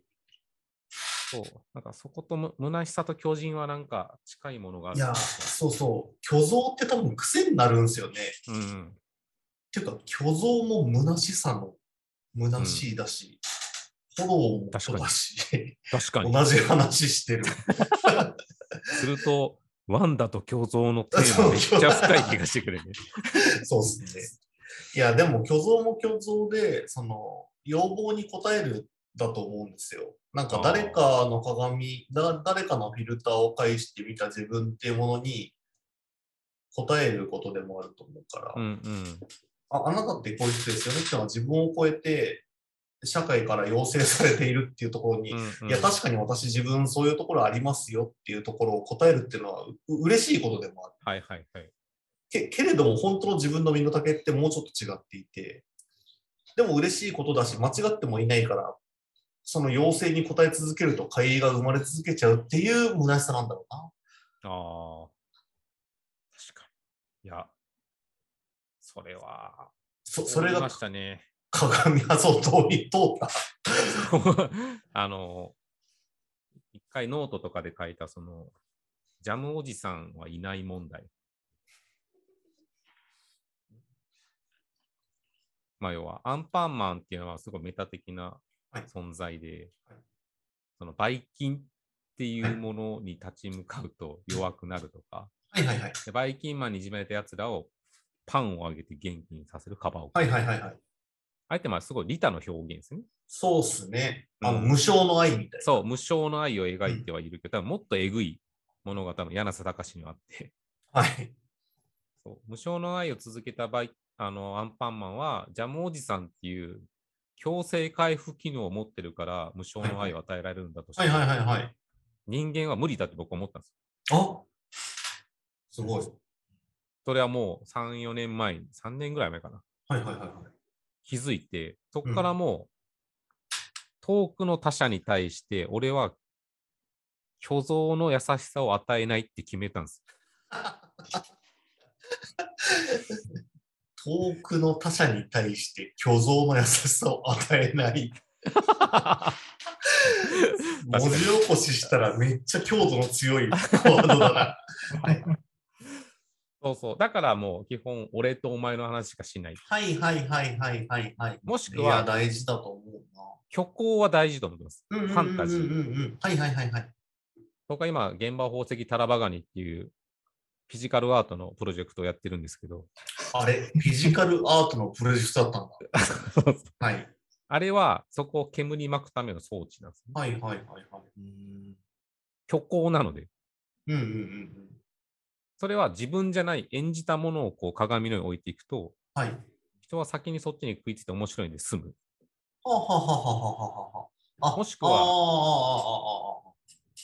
そう。なんかそことむ虚しさと巨人はなんか近いものがあいる。や、そうそう。虚像って多分癖になるんですよね。っうん。ていうか、虚像も虚しさの虚しいだし、フォローも確かに虚だし、確かに。同じ話してる。すると、ワンダと共存のテーマめっちゃ深い気がしてく れるね。そうですね。いや、でも虚像も虚像で、その、要望に応えるだと思うんですよ。なんか誰かの鏡、だ誰かのフィルターを介して見た自分っていうものに応えることでもあると思うから、うんうん。ああなたってこういう人ですよねってのは自分を超えて社会から要請されているっていうところに、うんうんいや、確かに私自分そういうところありますよっていうところを答えるっていうのはう嬉しいことでもある。はいはいはい。けけれども本当の自分の身の丈ってもうちょっと違っていてでも嬉しいことだし間違ってもいないからその要請に応え続けると会議が生まれ続けちゃうっていう虚しさなんだろうな。ああ。確かに。いや、それは、そそれ思いまがしたね。鏡がそう通り通った。 あの、一回ノートとかで書いた、その、ジャムおじさんはいない問題。まあ、要は、アンパンマンっていうのはすごいメタ的なはい存在ではい、その、バイキンっていうものに立ち向かうと弱くなるとか、はいはいはい。でバイキンマンにいじめられたやつらをパンをあげて元気にさせるカバーを。はいはいはいはい。あえて、まあ、すごい利他の表現ですね。そうっすね。あの、うん無償の愛みたいな。そう、無償の愛を描いてはいるけど、多分もっとえぐいものが多分柳瀬隆にはあって、 はい。そう無償の愛を続けたバイあのアンパンマンは、ジャムおじさんっていう強制回復機能を持ってるから、無償の愛を与えられるんだとして、はいはいはいはい。人間は無理だって僕思ったんですよ。あすごい。それはもう3、4年前に、3年ぐらい前かな。はいはいはいはい。気づいて、そこからもう、遠くの他者に対して、俺は虚像の優しさを与えないって決めたんです。遠くの他者に対して虚像の優しさを与 えない。文字起こししたらめっちゃ強度の強いワードだな。 そうそう。だからもう基本、俺とお前の話しかしない。はいはいはいはいはいはい。もしくいや、は、大事だと思う虚構は大事と思ってます。な。ファンタジーうんうんうんうん。はいはいはいはい。僕は今、現場宝石タラバガニっていうフィジカルアートのプロジェクトをやってるんですけど、あれ、フィジカルアートのプロジェクトだったん だ。はい。あれはそこを煙に巻くための装置なんです、ね。はいはいはいはい。うん虚構なので、うんうんうんうん。それは自分じゃない演じたものをこう鏡のように置いていくと、はい。人は先にそっちに食いついて面白いんで済む。はあ、はあはあはあはあはあ、あもしくはああ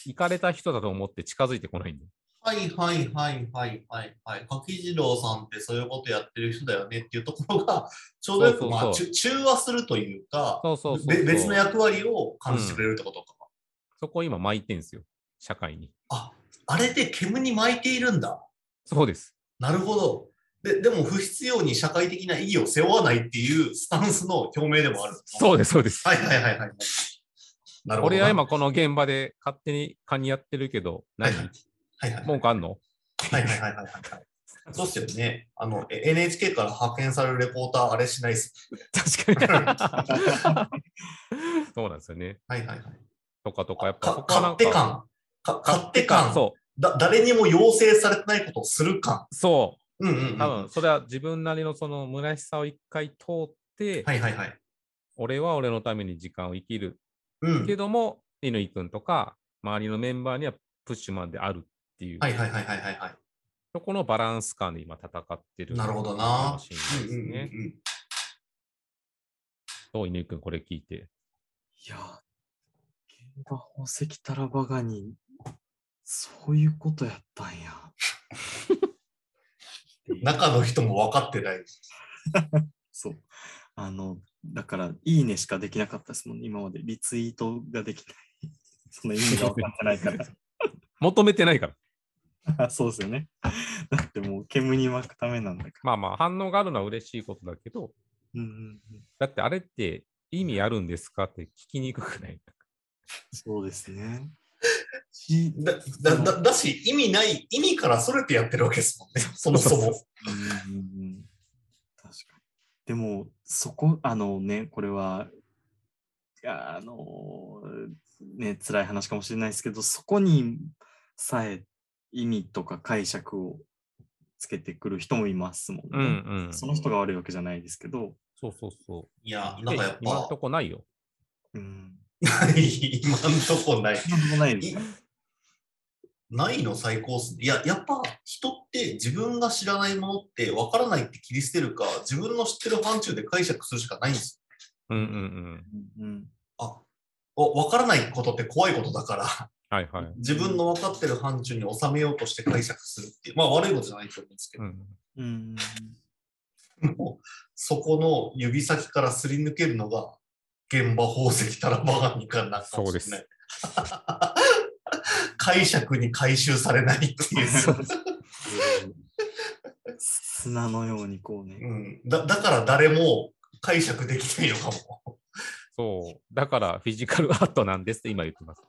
行かれた人だと思って近づいてこないんで。ああああああはいはいはいはいはいはい。柿次郎さんってそういうことやってる人だよねっていうところ が、ちょうどよくそうそうそうまあ、ちゅ中和するというかそうそうそうべそう別の役割を感じてくれるってことか。そこを今巻いてんすよ。社会に。あれで煙に巻いているんだ。そうです。なるほど。ででも不必要に社会的な意義を背負わないっていうスタンスの表明でもある。そうです、そうです。はいはいはいはい。なるほどな。俺は今この現場で勝手にカニやってるけど、何はいはいはいはい文句あんのはいはいはいはいはい。そうっすよね。あの、え NHK から派遣されるレポーター、あれしないっ す。確かに。そうなんですよね。はいはいはい。とかとか、やっぱそかこはな勝んか手感。か勝手感。そだ誰にも要請されてないことをする感。う、そうんうん、うう。ん。多は分それは自分なりのその虚しさを一回通って、いはいはい。俺は俺のために時間を生きるうん。けども、乾、君とか、周りのメンバーにはプッシュマンであるっていう、はいはいはいはいはいはい。そこのバランス感で今戦ってる。なるほどなシーンですうんうんうんね。うん。どう、乾君、これ聞いて。いや、現場宝石タラバガニ、そういうことやったんや。中の人も分かってない。そう。あの、だから、いいねしかできなかったですもんね、今まで。リツイートができない。 その意味が分かってないから。 求めてないから。あそうですよね。だってもう煙に巻くためなんだから。まあまあ、反応があるのは嬉しいことだけど、うんうんうん、だってあれって意味あるんですかって聞きにくくない。そうですね。しだだだだし、意味ない、意味からそれてやってるわけですもん ね。そもそも。うんうんうん確かに。でも、そこ、あのね、これは、いやあのね、辛い話かもしれないですけど、そこにさえ意味とか解釈をつけてくる人もいますもんね。うんうん。その人が悪いわけじゃないですけど、そうそうそいや、う。なんでかやっ今んぱと、こないよ。うん。 今んとこない。なんともないですね。ないの最高っすね。いや、やっぱ人って自分が知らないものって分からないって切り捨てるか、自分の知ってる範疇で解釈するしかないんですうんうんうん。うんうんよ。あお分からないことって怖いことだから、 はいはい。自分の分かってる範疇に収めようとして解釈するっていう、まあ悪いことじゃないと思うんですけうん、うんうんど、もうそこの指先からすり抜けるのが、現場宝石たらばがみかなんかもしれないそうで 解釈に回収されないっていう。砂のようにこうね。うん、だだから誰も解釈できないのかも。そう。だからフィジカルアートなんですって今言ってます。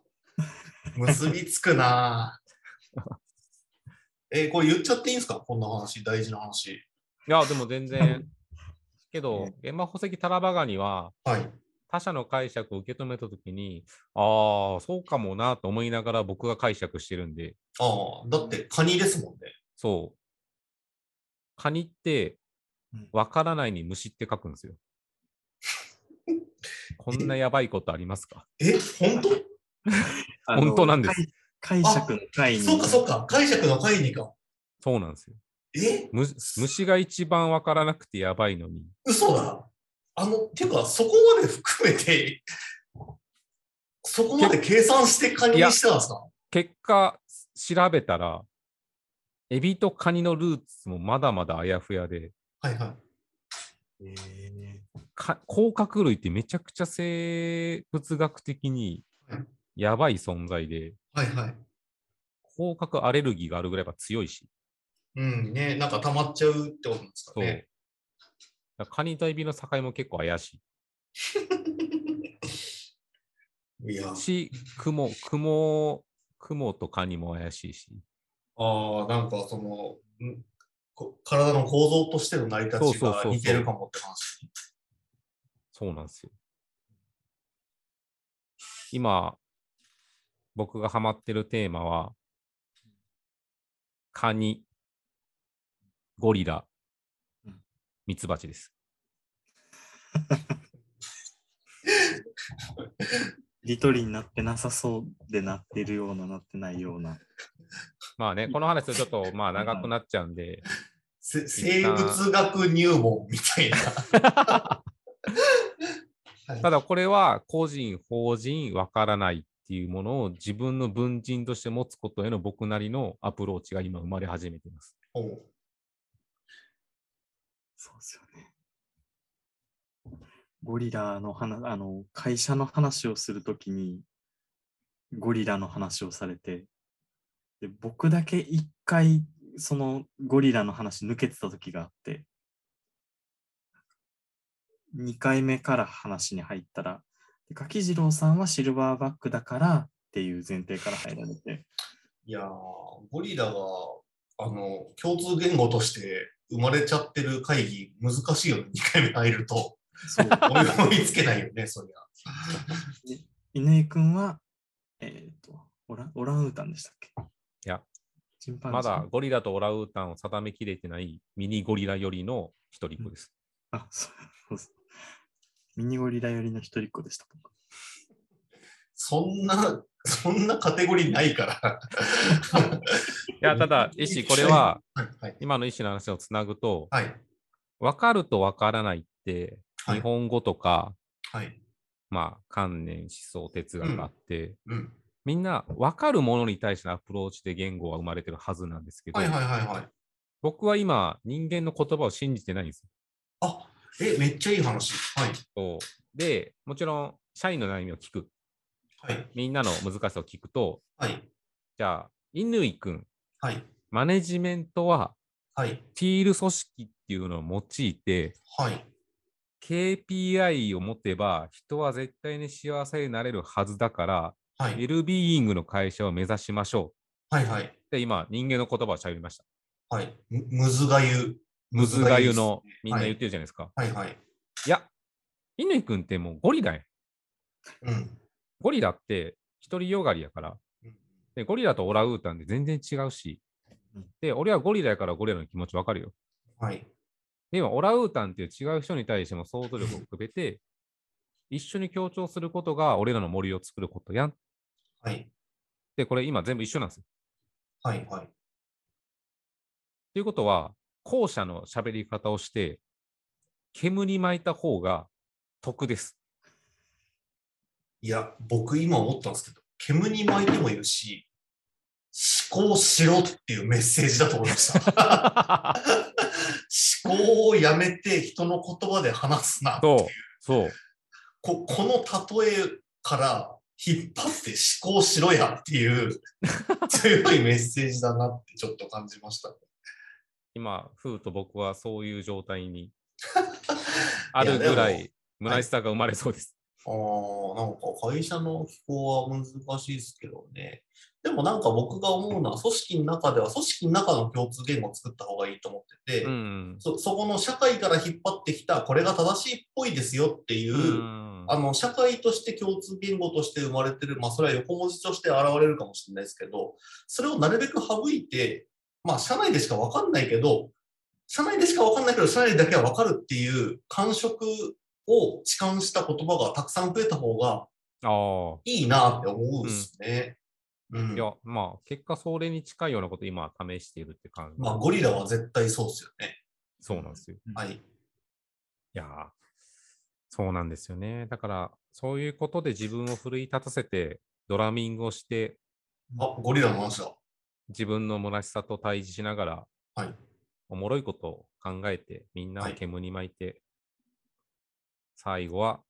結びつくな ぁえーこれ言っちゃっていいんですかこんな話、大事な話。いや、でも全然。けど、現場宝石タラバガニは、はい。他者の解釈を受け止めたときに、ああ、そうかもなと思いながら僕が解釈してるんで、ああ、だってカニですもんね。そう。カニってうん、わからないに虫って書くん 。ですよ。こんなやばいことありますかえ、本当本当なんです解解釈の解に。そっかそっか、解釈の会議か。そうなんですよ。えむ虫が一番わからなくてやばいのに。嘘だ。あの、てか、そこまで含めて、そこまで計算して加入してたんですか結果、調べたら、エビとカニのルーツもまだまだあやふやで、はいはい。えか甲殻類ってめちゃくちゃ生物学的にやばい存在で、はいはい。甲殻アレルギーがあるぐらいは強いし、うんね、なんか溜まっちゃうってことなんですかそう。ね。だからカニとエビの境も結構怪しいやい、し、雲、雲、雲とカニも怪しいし、ああ、なんかその、んこ体の構造としての成り立ちそうそうそうがそう似てるかもって話。そうなんですよ。今、僕がハマってるテーマは、カニ、ゴリラうん、ミツバチです。リトリになってなさそうでなってるような、なってないような。まあね、この話はちょっとまあ長くなっちゃうんで、せ生物学入門みたいな。 ただこれは個人、法人、わからないっていうものを自分の文人として持つことへの僕なりのアプローチが今生まれ始めています。おうそうですよね。ゴリラの話、あの、会社の話をするときに、ゴリラの話をされて、で僕だけ一回、そのゴリラの話抜けてた時があって、2回目から話に入ったら、で柿次郎さんはシルバーバックだからっていう前提から入られて、いやー、ゴリラが、あの、共通言語として生まれちゃってる会議、難しいよね、2回目入ると。そう、思いつけないよね、 そりゃ。犬井君は、えっ、とオラ、オランウータンでしたっけいや、チンパンジまーだゴリラとオランウータンを定めきれてないミニゴリラよりの一人っ子です。あ、そうそう。ミニゴリラ寄りの一人っ子でした。僕そんな、そんなカテゴリーないから。 いや、ただ、医師、これは、はい、はい。今の医師の話をつなぐと、はい。分かると分からないって、はい日本語とか、はい。まあ、観念、思想、哲学があって、うん。みんな分かるものに対してのアプローチで言語は生まれてるはずなんですけど、はいはいはいはい。僕は今、人間の言葉を信じてないんですよ。あ、え、めっちゃいい話。はい。そうで、もちろん、社員の悩みを聞く、はい。みんなの難しさを聞くと、はい。じゃあ、乾君、はい。マネジメントは、はい。ティール組織っていうのを用いて、はい。 KPI を持てば人は絶対に幸せになれるはずだから、はウェい。ルビーイングの会社を目指しましょはい。はい。う。で、今、人間の言葉をしゃべりました。はい。むむずがゆ。むずがゆのみんなはい言ってるじゃないですか。はいはい。い、や、乾くんってもうゴリラやん。うん。ゴリラって独りよがりやから。うんで、ゴリラとオランウータンで全然違うしうん。で、俺はゴリラやからゴリラの気持ちわかるよ。はい。でも、オランウータンっていう違う人に対しても想像力を含めて、一緒に協調することが俺らの森を作ることやん。はい。で、これ今全部一緒なんですよ。はい。はい。ということは、後者の喋り方をして、煙に巻いた方が得 です。いや、僕今思ったんですけど、煙に巻いてもいるし、思考しろっていうメッセージだと思い ました。思考をやめて人の言葉で話すなっていそうう、そう。ここの例えから引っ張って思考しろやっ ていう強いメッセージだなってちょっと感じました。今、風と僕はそういう状態にあるぐらいやい虚しさが生まれそうです。ああ、なんか会社の機構は難しいですけどね。でもなんか僕が思うのは、組織の中では組織の中の共通言語を作った方がいいと思ってて、うん。そそこの社会から引っ張ってきた、これが正しいっぽいですよっていうう、んあの社会として共通言語として生まれてる、まあ、それは横文字として現れるかもしれないですけど、それをなるべく省いて、まあ、社内でしか分かんないけど、社内でしか分かんないけど、社内だけは分かるっていう感触を痴漢した言葉がたくさん増えた方がああ、いいなって思うんですね。うんいや、まあ、結果、それに近いようなこと今試しているって感じ。まあ、ゴリラは絶対そうですよね。そうなんですよ。はい。いやー、そうなんですよね。だから、そういうことで自分を奮い立たせて、ドラミングをして、あ、ゴリラの話だ。自分の虚しさと対峙しながら、はいおもろいことを考えて、みんなはをい煙に巻いて、最後は、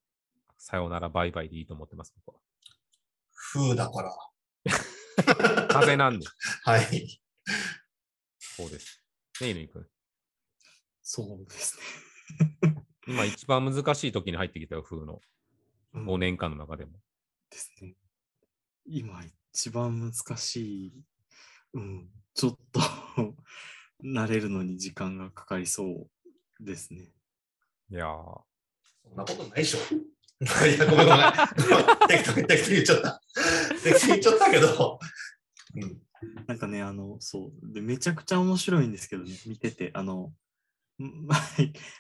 さようならバイバイでいいと思ってます、僕は。風だか ら。風なんで、はい。そうです。ね、犬くん。そうですね。今一番難しい時に入ってきたよ、風の。うん5年間の中でも。ですね。今一番難しい、うん、ちょっと 慣れるのに時間がかかりそうですね。いやー、そんなことないでしょ。いや、ごめんごめん。適当に適当に言っちゃった。適当に言っちゃったけど。うん。なんかね、あの、そう、で、めちゃくちゃ面白いんですけどね、見てて、あの、 毎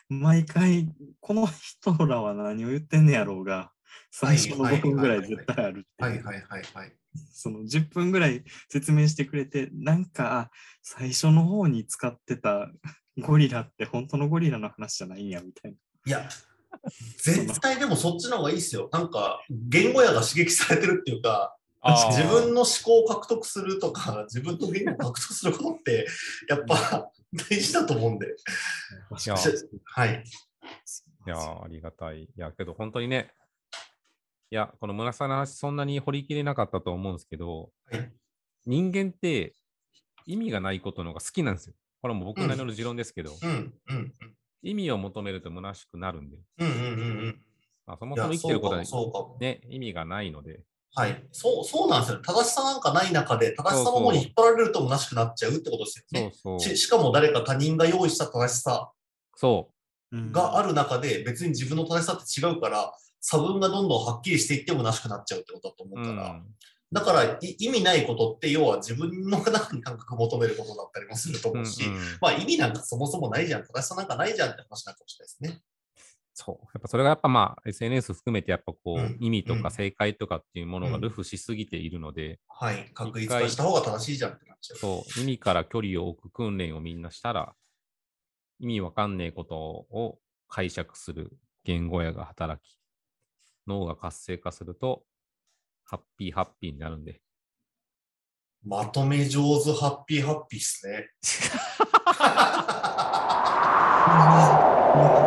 毎回、この人らは何を言ってんねやろうが、最初のはい5分ぐらはいいはいはい絶対あるってはいいうはいはいはい。その10分ぐらい説明してくれて、なんか、あ最初の方に使ってたゴリラって本当のゴリラの話じゃないんや、みたいな。いや、絶対でもそっちの方がいいですよ。なんか、言語やが刺激されてるっていうか、あー自分の思考を獲得するとか、自分の言語を獲得することって、やっぱ大事だと思うんで。いやはい。いやーありがたい。いや、けど本当にね、いや、この村さんの話、そんなに掘り切れなかったと思うんですけどはい、人間って意味がないことの方が好きなんですよ。これはもう僕なりの持論ですけど、うん、うん、意味を求めると虚しくなるんで、うん、うん、うんうん、うん。まあ、そもいそもや生きてることにそうかも。そうかもね、意味がないので、はい。そう、そうなんですよ。正しさなんかない中で、正しさの方に引っ張られると虚しくなっちゃうってことですよそうね。そう、ししかも誰か他人が用意した正しさそがある。る中で、別に自分の正しさって違うから、差分がどんどんはっきりしていって虚しくなっちゃうってことだとう、思ううから。ん、だからい、意味ないことって、要は自分の中に感覚求めることだったりもするとうんう思んうし、まあ意味なんかそもそもないじゃん、正しさなんかないじゃんって話なんかもしれないですね。そう、やっぱそれがやっぱまあ SNS 含めてやっぱこう、うん意味とうんか正解とかっていうものがうんルフしすぎているので、はい。確一化した方が正しいじゃんってなっちゃう。そう、意味から距離を置く訓練をみんなしたら、意味わかんねえことを解釈する言語やが働き、脳が活性化すると、ハッピーハッピーになるんで。まとめ上手、ハッピーハッピーっすね。うん